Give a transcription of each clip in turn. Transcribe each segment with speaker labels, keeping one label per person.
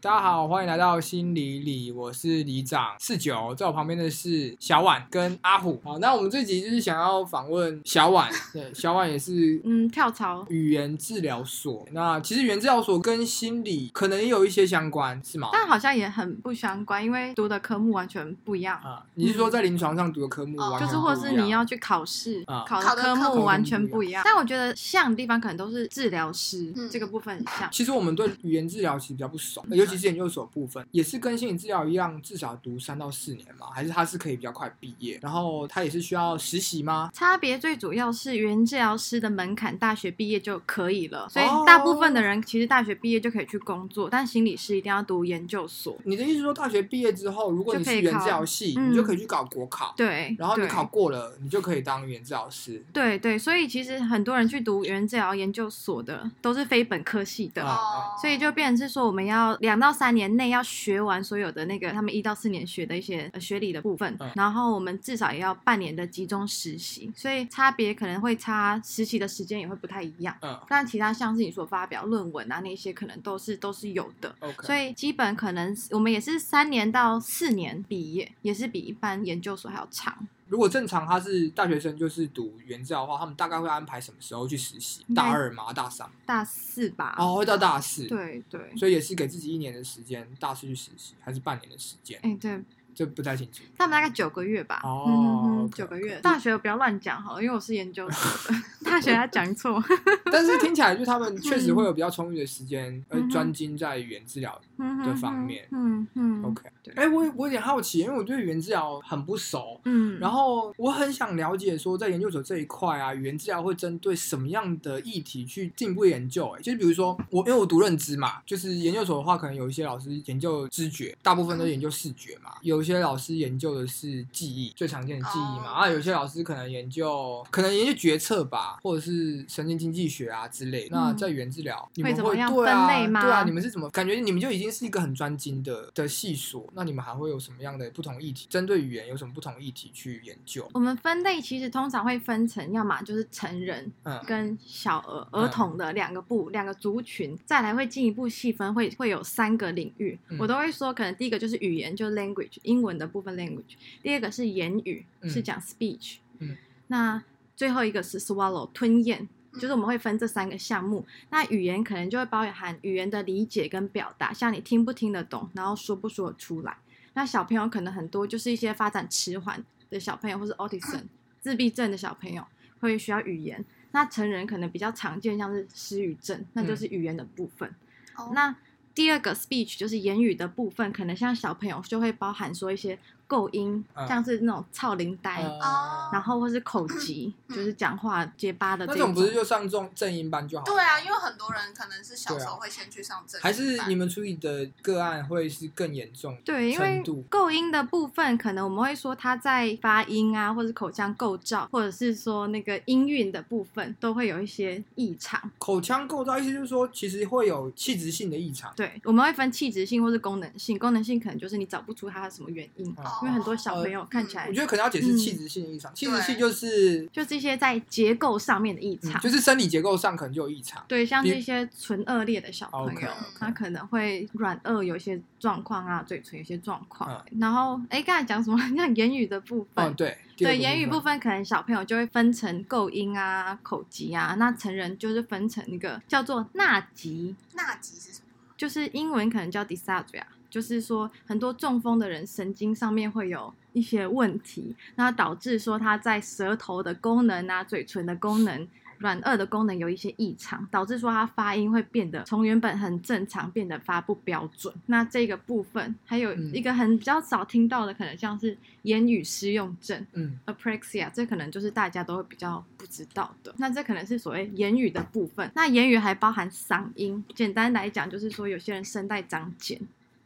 Speaker 1: 大家好，欢迎来到心理里，我是里长四九，在我旁边的是小婉跟阿虎。好，那我们这集就是想要访问小婉，对，小婉也是
Speaker 2: 嗯，跳槽
Speaker 1: 语言治疗所。那其实语言治疗所跟心理可能也有一些相关，是吗？
Speaker 2: 但好像也很不相关，因为读的科目完全不一样，
Speaker 1: 啊，你是说在临床上读的科目
Speaker 3: 哦
Speaker 1: 完
Speaker 2: 就
Speaker 1: 全
Speaker 2: 是
Speaker 1: 不
Speaker 2: 或
Speaker 1: 一
Speaker 2: 是
Speaker 1: 样
Speaker 2: 你要去考试，
Speaker 1: 啊
Speaker 2: 考
Speaker 3: 考
Speaker 2: 的
Speaker 3: 的
Speaker 2: 科
Speaker 3: 科
Speaker 2: 目
Speaker 1: 目
Speaker 2: 完
Speaker 1: 不
Speaker 2: 全
Speaker 1: 一
Speaker 2: 不一样。但我觉得像的地方可能都是治疗师
Speaker 3: 嗯
Speaker 2: 这个部分很像。
Speaker 1: 其实我们对语言治疗其实比较不熟，尤其是研究所部分，也是跟心理治疗一样，至少读三到四年嘛，还是他是可以比较快毕业，然后他也是需要实习吗？
Speaker 2: 差别最主要是语言治疗师的门槛，大学毕业就可以了，所以
Speaker 1: 哦
Speaker 2: 大部分的人其实大学毕业就可以去工作，但心理师一定要读研究所。
Speaker 1: 你的意思说，大学毕业之后，如果你
Speaker 2: 就可
Speaker 1: 是
Speaker 2: 以
Speaker 1: 语言
Speaker 2: 考
Speaker 1: 治疗系，
Speaker 2: 嗯
Speaker 1: 你就可以去搞国考，
Speaker 2: 对，
Speaker 1: 然后你
Speaker 2: 对
Speaker 1: 考过了，你就可以当语言治疗师。
Speaker 2: 对对，所以其实很多人去读语言治疗研究所的都是非本科系的，
Speaker 1: 啊
Speaker 3: 哦
Speaker 1: 啊
Speaker 2: 所以就变成是说，我们要两到三年内要学完所有的那个他们一到四年学的一些、呃、学理的部分，
Speaker 1: 嗯
Speaker 2: 然后我们至少也要半年的集中实习，所以差别可能会差，实习的时间也会不太一样。
Speaker 1: 嗯
Speaker 2: 但其他像是你所发表论文啊那些，可能都是都是有的。
Speaker 1: ，OK，
Speaker 2: 所以基本可能我们也是三年到四年毕业，也是比一般研究所还要长。
Speaker 1: 如果正常他是大学生，就是读语言治疗的话，他们大概会安排什么时候去实习？
Speaker 2: 应该
Speaker 1: 大二吗？大三吗？
Speaker 2: 大四吧？
Speaker 1: 哦，会到大四。，
Speaker 2: 对对，
Speaker 1: 所以也是给自己一年的时间，大四去实习，还是半年的时间？
Speaker 2: 哎对，
Speaker 1: 这不太清楚。
Speaker 2: 他们大概九个月吧，
Speaker 1: 哦
Speaker 2: 嗯哼哼
Speaker 1: OK，
Speaker 2: 九个
Speaker 1: OK
Speaker 2: 月。大学不要乱讲好了，因为我是研究所 的，大学要讲错。
Speaker 1: 但是听起来，就他们确实会有比较充裕的时间，呃
Speaker 2: 嗯嗯，哼
Speaker 1: 专精在语言治疗。
Speaker 2: 嗯哼
Speaker 1: 这方面
Speaker 2: 哼嗯嗯
Speaker 1: OK，
Speaker 2: 对
Speaker 1: 哎、我我有点好奇，因为我对语言治疗很不熟，
Speaker 2: 嗯，
Speaker 1: 然后我很想了解说，在研究所这一块啊，语言治疗会针对什么样的议题去进一步研究、哎，就是比如说我，因为我读认知嘛，就是研究所的话，可能有一些老师研究知觉，大部分都研究视觉嘛，有一些老师研究的是记忆，最常见的记忆嘛，
Speaker 3: 哦
Speaker 1: 啊，有些老师可能研究，可能研究决策吧，或者是神经经济学啊之类。那在语言治疗，你们
Speaker 2: 会怎么样
Speaker 1: 对啊，
Speaker 2: 分类吗
Speaker 1: 对啊，你们是怎么感觉？你们就已经是一个很专精的的系所，那你们还会有什么样的不同议题？针对语言有什么不同议题去研究？
Speaker 2: 我们分类其实通常会分成，要么就是成人
Speaker 1: 嗯
Speaker 2: 跟小儿、
Speaker 1: 嗯
Speaker 2: 儿童的两个部、两个族群，再来会进一步细分，会会有三个领域。
Speaker 1: 嗯
Speaker 2: 我都会说，可能第一个就是语言，就是 language，英文的部分 language；第二个是言语，
Speaker 1: 嗯
Speaker 2: 是讲 speech。
Speaker 1: 嗯，
Speaker 2: 那最后一个是 swallow，吞咽。就是我们会分这三个项目，那语言可能就会包含语言的理解跟表达，像你听不听得懂，然后说不说得出来。那小朋友可能很多就是一些发展迟缓的小朋友，或是 autism 自闭症的小朋友会需要语言。那成人可能比较常见，像是失语症，那
Speaker 1: 嗯
Speaker 2: 就是语言的部分。
Speaker 3: 哦
Speaker 2: 那第二个 speech 就是言语的部分，可能像小朋友就会包含说一些构音，
Speaker 1: 嗯
Speaker 2: 像是那种操铃呆，
Speaker 1: 呃
Speaker 2: 然后或是口疾，
Speaker 3: 嗯
Speaker 2: 就是讲话结巴的
Speaker 1: 那
Speaker 2: 这
Speaker 1: 种不是就上正正音班就好了？
Speaker 3: 对啊，因为很多人可能是小时候会先去上正，
Speaker 1: 啊还是你们处理的个案会是更严重？
Speaker 2: 对，因为
Speaker 1: 程度
Speaker 2: 构音的部分，可能我们会说它在发音啊，或者口腔构造，或者是说那个音韵的部分，都会有一些异常。
Speaker 1: 口腔构造，意思就是说，其实会有器质性的异常。
Speaker 2: 对，我们会分器质性或是功能性，功能性可能就是你找不出它是什么原因，
Speaker 1: 哦
Speaker 2: 因为很多小朋友看起
Speaker 1: 我
Speaker 2: 来
Speaker 1: 觉得可能要解释
Speaker 2: 嗯
Speaker 1: 器质性的异常，器质
Speaker 3: 对
Speaker 1: 性就是
Speaker 2: 就是一些在结构上面的异
Speaker 1: 嗯
Speaker 2: 常。
Speaker 1: 就是生理结构上可能就有异常。
Speaker 2: 对，像
Speaker 1: 别
Speaker 2: 是一些唇腭裂的小朋友
Speaker 1: OK，OK
Speaker 2: 他可能会软腭有一些状况啊，嘴唇有一些状况。然后，哎，刚才讲什么？ 像言语的部分，
Speaker 1: 嗯，对，第二
Speaker 2: 对
Speaker 1: 个
Speaker 2: 言语部，分，可能小朋友就会分成构音啊、口疾啊，那成人就是分成一个叫做纳疾，
Speaker 3: 那集是什么？
Speaker 2: 就是英文可能叫 dysadria，就是说很多中风的人神经上面会有一些问题，那导致说他在舌头的功能啊、嘴唇的功能。软腭的功能有一些异常，导致说他发音会变得从原本很正常变得发不标准。那这个部分还有
Speaker 1: 嗯
Speaker 2: 一个很比较少听到的，可能像是言语失用症，
Speaker 1: 嗯
Speaker 2: apraxia，这可能就是大家都会比较不知道的。那这可能是所谓言语的部分。那言语还包含嗓音，简单来讲就是说，有些人声带长茧，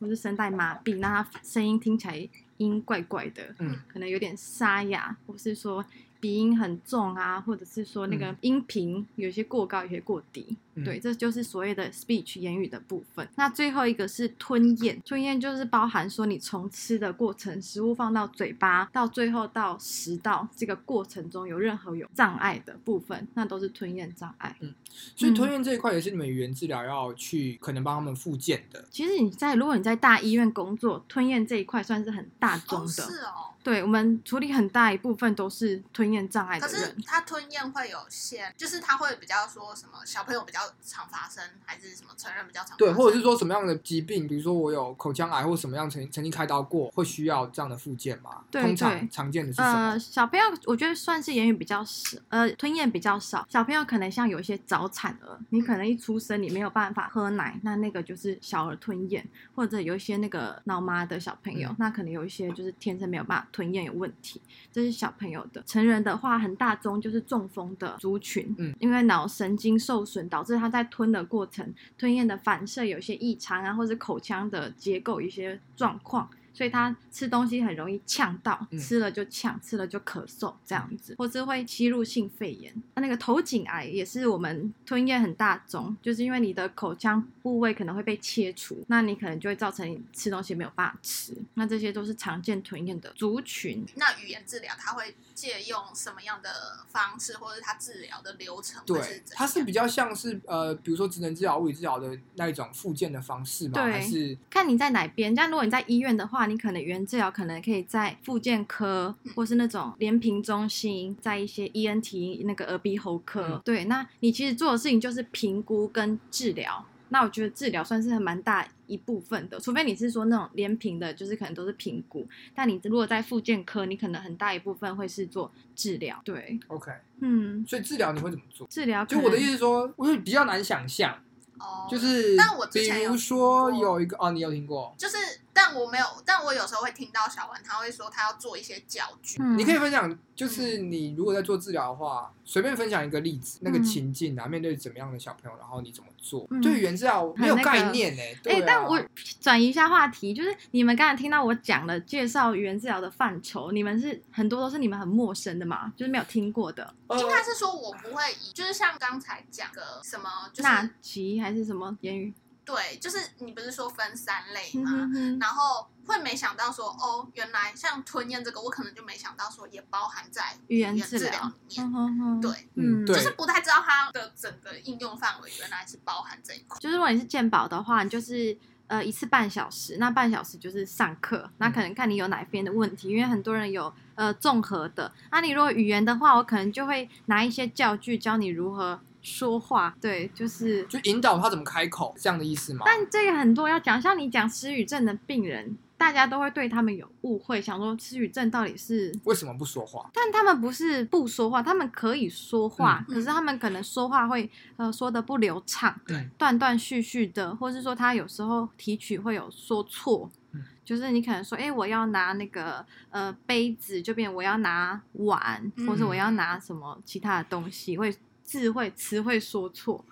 Speaker 2: 或是声带麻痹，那他声音听起来音怪怪的，
Speaker 1: 嗯
Speaker 2: 可能有点沙哑，或是说鼻音很重啊，或者是说那个音频有些过高，有些过低。
Speaker 1: 嗯
Speaker 2: 对，这就是所谓的 speech 言语的部分。那最后一个是吞咽，吞咽就是包含说你从吃的过程，食物放到嘴巴，到最后到食道这个过程中有任何有障碍的部分，那都是吞咽障碍。
Speaker 3: 嗯
Speaker 1: 所以吞咽这一块也是你们语言治疗要去可能帮他们复健的。
Speaker 2: 其实你在如果你在大医院工作，吞咽这一块算是很大宗
Speaker 3: 哦，
Speaker 2: 的。
Speaker 3: 是哦。
Speaker 2: 对我们处理很大一部分都是吞咽障碍
Speaker 3: 可
Speaker 2: 的
Speaker 3: 是
Speaker 2: 人。
Speaker 3: 他吞咽会有限，就是他会比较说什么小朋友比较常发生，还是什么成人比较常发生？
Speaker 1: 对，或者是说什么样的疾病，比如说我有口腔癌或什么样曾曾经开刀过，会需要这样的复健吗？
Speaker 2: 对
Speaker 1: 通
Speaker 2: 对
Speaker 1: 常常见的是什么？
Speaker 2: 呃，小朋友我觉得算是言语比较少，呃，吞咽比较少。小朋友可能像有一些早产儿，你可能一出生你没有办法喝奶，那那个就是小儿吞咽，或者有一些那个脑麻的小朋友，
Speaker 1: 嗯
Speaker 2: 那可能有一些就是天生没有办法吞咽有问题，这是小朋友的。成人的话，很大宗就是中风的族群，
Speaker 1: 嗯，
Speaker 2: 因为脑神经受损导致他在吞的过程吞咽的反射有些异常啊，或是口腔的结构有一些状况，所以他吃东西很容易呛到，
Speaker 1: 嗯
Speaker 2: 吃了就呛，吃了就咳嗽这样子，或是会吸入性肺炎。那那个头颈癌也是我们吞咽很大宗，就是因为你的口腔部位可能会被切除，那你可能就会造成你吃东西没有办法吃，那这些都是常见吞咽的族群。
Speaker 3: 那语言治疗他会借用什么样的方式，或者是他治疗的流程会
Speaker 1: 对，
Speaker 3: 怎
Speaker 1: 它是
Speaker 3: 样
Speaker 1: 比较像是呃，比如说职能治疗、物理治疗的那一种复健的方式吗？
Speaker 2: 对
Speaker 1: 还是
Speaker 2: 看你在哪边。但如果你在医院的话，你可能语言治疗可能可以在复健科，
Speaker 1: 嗯
Speaker 2: 或是那种联评中心，在一些 ENT 那个耳鼻喉科。
Speaker 1: 嗯
Speaker 2: 对，那你其实做的事情就是评估跟治疗。那我觉得治疗算是很蛮大一部分的，除非你是说那种连评的，就是可能都是评估。但你如果在复健科，你可能很大一部分会是做治疗。对，
Speaker 1: OK？
Speaker 2: 嗯，
Speaker 1: 所以治疗你会怎么 做？
Speaker 2: 治疗可
Speaker 1: 就
Speaker 2: 能。
Speaker 1: 我的意思说，我就比较难想象，
Speaker 3: 哦，
Speaker 1: 就是
Speaker 3: 但我之
Speaker 1: 比
Speaker 3: 前有
Speaker 1: 如说
Speaker 3: 听过
Speaker 1: 有一个哦，你有听过？
Speaker 3: 就是，但我没有，但我有时候会听到小文他会说他要做一些教具，
Speaker 2: 嗯
Speaker 1: 你可以分享，就是你如果在做治疗的话，随便分享一个例子，那个
Speaker 2: 嗯
Speaker 1: 情境啊，面对怎么样的小朋友，然后你怎么做？
Speaker 2: 嗯
Speaker 1: 对语言治疗没有
Speaker 2: 很那个
Speaker 1: 概念呢、欸，对、
Speaker 2: 哎、
Speaker 1: 啊
Speaker 2: 但我转移一下话题，就是你们刚才听到我讲的介绍语言治疗的范畴，你们是很多都是你们很陌生的嘛，就是没有听过的，
Speaker 1: 呃
Speaker 3: 应该是说我不会以，就是像刚才讲的什么，就
Speaker 2: 纳
Speaker 3: 是
Speaker 2: 吉还是什么言语？
Speaker 3: 对，就是你不是说分三类
Speaker 2: 嗯
Speaker 3: 吗？
Speaker 2: 哼哼
Speaker 3: 然后会没想到说，哦，原来像吞咽这个，我可能就没想到说也包含在
Speaker 2: 语言
Speaker 3: 言
Speaker 2: 治疗
Speaker 3: 疗里面，
Speaker 2: 嗯哼哼，
Speaker 3: 对，
Speaker 1: 嗯
Speaker 3: 就
Speaker 1: 对
Speaker 3: 是不太知道它的整个应用范围原来是包含这一块。
Speaker 2: 就是如果你是健保的话，你就是呃一次半小时，那半小时就是上课，那可能看你有哪边的问题，因为很多人有呃综合的。那你如果语言的话，我可能就会拿一些教具教你如何说话，对，就是
Speaker 1: 就引导他怎么开口，这样的意思吗？
Speaker 2: 但这个很多要讲，像你讲失语症的病人，大家都会对他们有误会，想说失语症到底是，
Speaker 1: 为什么不说话？
Speaker 2: 但他们不是不说话，他们可以说话，
Speaker 3: 嗯
Speaker 2: 可是他们可能说话会呃说的不流畅，
Speaker 1: 对，
Speaker 2: 断断续续的，或是说他有时候提取会有说错。
Speaker 1: 嗯
Speaker 2: 就是你可能说，哎、我要拿那个呃杯子，就变我要拿碗，
Speaker 3: 嗯
Speaker 2: 或者我要拿什么其他的东西，会智慧词汇说错。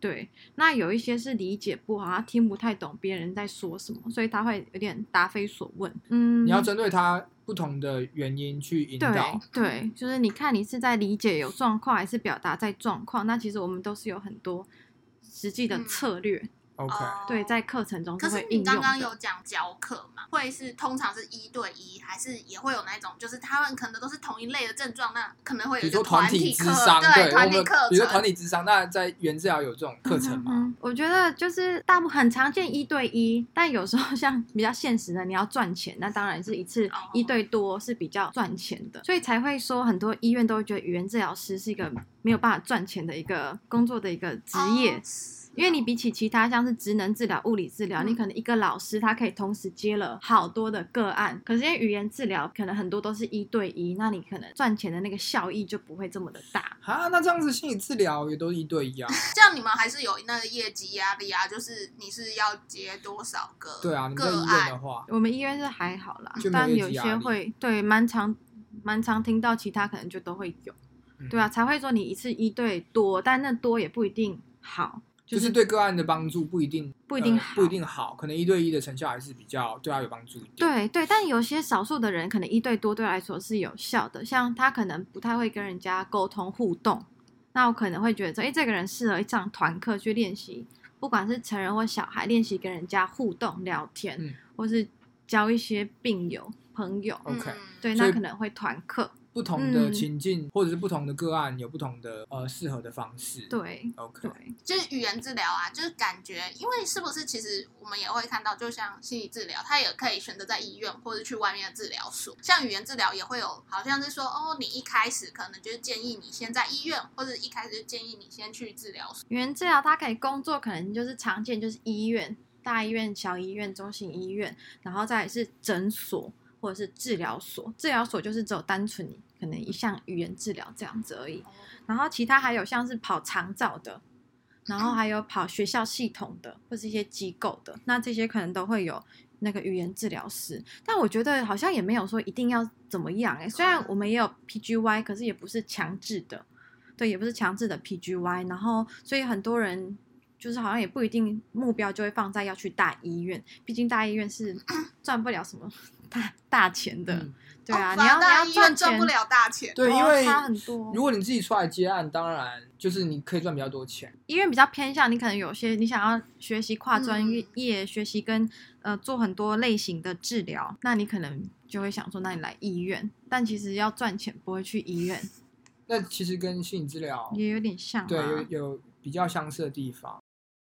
Speaker 2: 对，那有一些是理解不好，他听不太懂别人在说什么，所以他会有点答非所问。嗯，
Speaker 1: 你要针对他不同的原因去引导
Speaker 2: 对。对，就是你看你是在理解有状况，还是表达在状况？那其实我们都是有很多实际的
Speaker 3: 嗯
Speaker 2: 策略，
Speaker 1: OK，
Speaker 3: 哦
Speaker 2: 对，在课程中
Speaker 3: 可
Speaker 2: 都
Speaker 3: 是
Speaker 2: 会应用
Speaker 3: 你
Speaker 2: 的。
Speaker 3: 刚刚有讲教课嘛？会是通常是一对一，还是也会有那种，就是他们可能都是同一类的症状，那可能会有
Speaker 1: 比
Speaker 3: 一
Speaker 1: 如说
Speaker 3: 个
Speaker 1: 体
Speaker 3: 体
Speaker 1: 智
Speaker 3: 课，
Speaker 1: 商，对，
Speaker 3: 团
Speaker 1: 我
Speaker 3: 体
Speaker 1: 们
Speaker 3: 课
Speaker 1: 比如说团
Speaker 3: 程。
Speaker 1: 体智商，那在语言治疗有这种课程
Speaker 2: 嗯
Speaker 1: 吗？
Speaker 2: 哼我觉得就是大部分很常见一对一，但有时候像比较现实的，你要赚钱，那当然是一次
Speaker 3: 哦
Speaker 2: 一对多是比较赚钱的，所以才会说很多医院都会觉得语言治疗师是一个没有办法赚钱的一个工作的一个职业
Speaker 3: 哦，
Speaker 2: 因为你比起其他像是职能治疗、物理治疗，
Speaker 3: 嗯
Speaker 2: 你可能一个老师他可以同时接了好多的个案，可是因为语言治疗可能很多都是一对一，那你可能赚钱的那个效益就不会这么的大。
Speaker 1: 啊，那这样子心理治疗也都是一对一啊。
Speaker 3: 这样你们还是有那个业绩压力啊，就是你是要接多少个
Speaker 1: 对啊，你们在
Speaker 3: 个
Speaker 1: 医院
Speaker 3: 案
Speaker 1: 的话，
Speaker 2: 我们医院是还好啦
Speaker 1: 就，没有
Speaker 2: 但
Speaker 1: 业
Speaker 2: 有
Speaker 1: 绩压
Speaker 2: 些
Speaker 1: 力
Speaker 2: 会对蛮常蛮常听到，其他可能就都会有，
Speaker 1: 嗯
Speaker 2: 对啊，才会说你一次一对多，但那多也不一定好。
Speaker 1: 就
Speaker 2: 就是是
Speaker 1: 对个案的帮助不一定
Speaker 2: 不一定
Speaker 1: 呃
Speaker 2: 好
Speaker 1: 不一定好，可能一对一的成效还是比较对他有帮助一点。
Speaker 2: 对对，但有些少数的人可能一对多对来说是有效的，像他可能不太会跟人家沟通互动，那我可能会觉得，哎，这个人适合一上团课去练习，不管是成人或小孩，练习跟人家互动聊天，
Speaker 1: 嗯
Speaker 2: 或是交一些病友朋友。
Speaker 1: 嗯 OK
Speaker 3: 嗯
Speaker 2: 对，
Speaker 1: 所以
Speaker 2: 那可能会团课。
Speaker 1: 不同的
Speaker 2: 嗯
Speaker 1: 情境、或者是不同的个案有不同的呃适合的方式。
Speaker 2: 对
Speaker 1: ，OK，
Speaker 2: 对，
Speaker 3: 就是语言治疗啊，就是感觉，因为是不是其实我们也会看到，就像心理治疗，它也可以选择在医院或者去外面的治疗所。像语言治疗也会有，好像是说，哦，你一开始可能就是建议你先在医院，或者一开始就建议你先去治疗所。
Speaker 2: 语言治疗它可以工作，可能就是常见就是医院、大医院、小医院、中型医院，然后再来是诊所或者是治疗所。治疗所就是只有单纯可能一项语言治疗这样子而已，然后其他还有像是跑长照的，然后还有跑学校系统的或是一些机构的，那这些可能都会有。那个语言治疗师，但我觉得好像也没有说一定要怎么样哎、欸，虽然我们也有 PGY，可是也不是强制的，对，也不是强制的 PGY，然后所以很多人就是好像也不一定目标就会放在要去大医院，毕竟大医院 是赚不了什么大大钱的，
Speaker 1: 嗯
Speaker 2: 对啊，
Speaker 3: 哦
Speaker 2: 你要
Speaker 3: 反而
Speaker 2: 你
Speaker 3: 医
Speaker 2: 要赚
Speaker 3: 院赚
Speaker 2: 钱
Speaker 3: 不了大钱。
Speaker 1: 对，
Speaker 2: 哦
Speaker 1: 因为
Speaker 2: 差很多
Speaker 1: 如果你自己出来接案，当然就是你可以赚比较多钱。
Speaker 2: 医院比较偏向你可能有些你想要学习跨专业
Speaker 3: 嗯，
Speaker 2: 学习跟呃做很多类型的治疗，那你可能就会想说，那你来医院，但其实要赚钱不会去医院，
Speaker 1: 那其实跟心理治疗
Speaker 2: 也有点像、啊，
Speaker 1: 对有有比较相似的地方。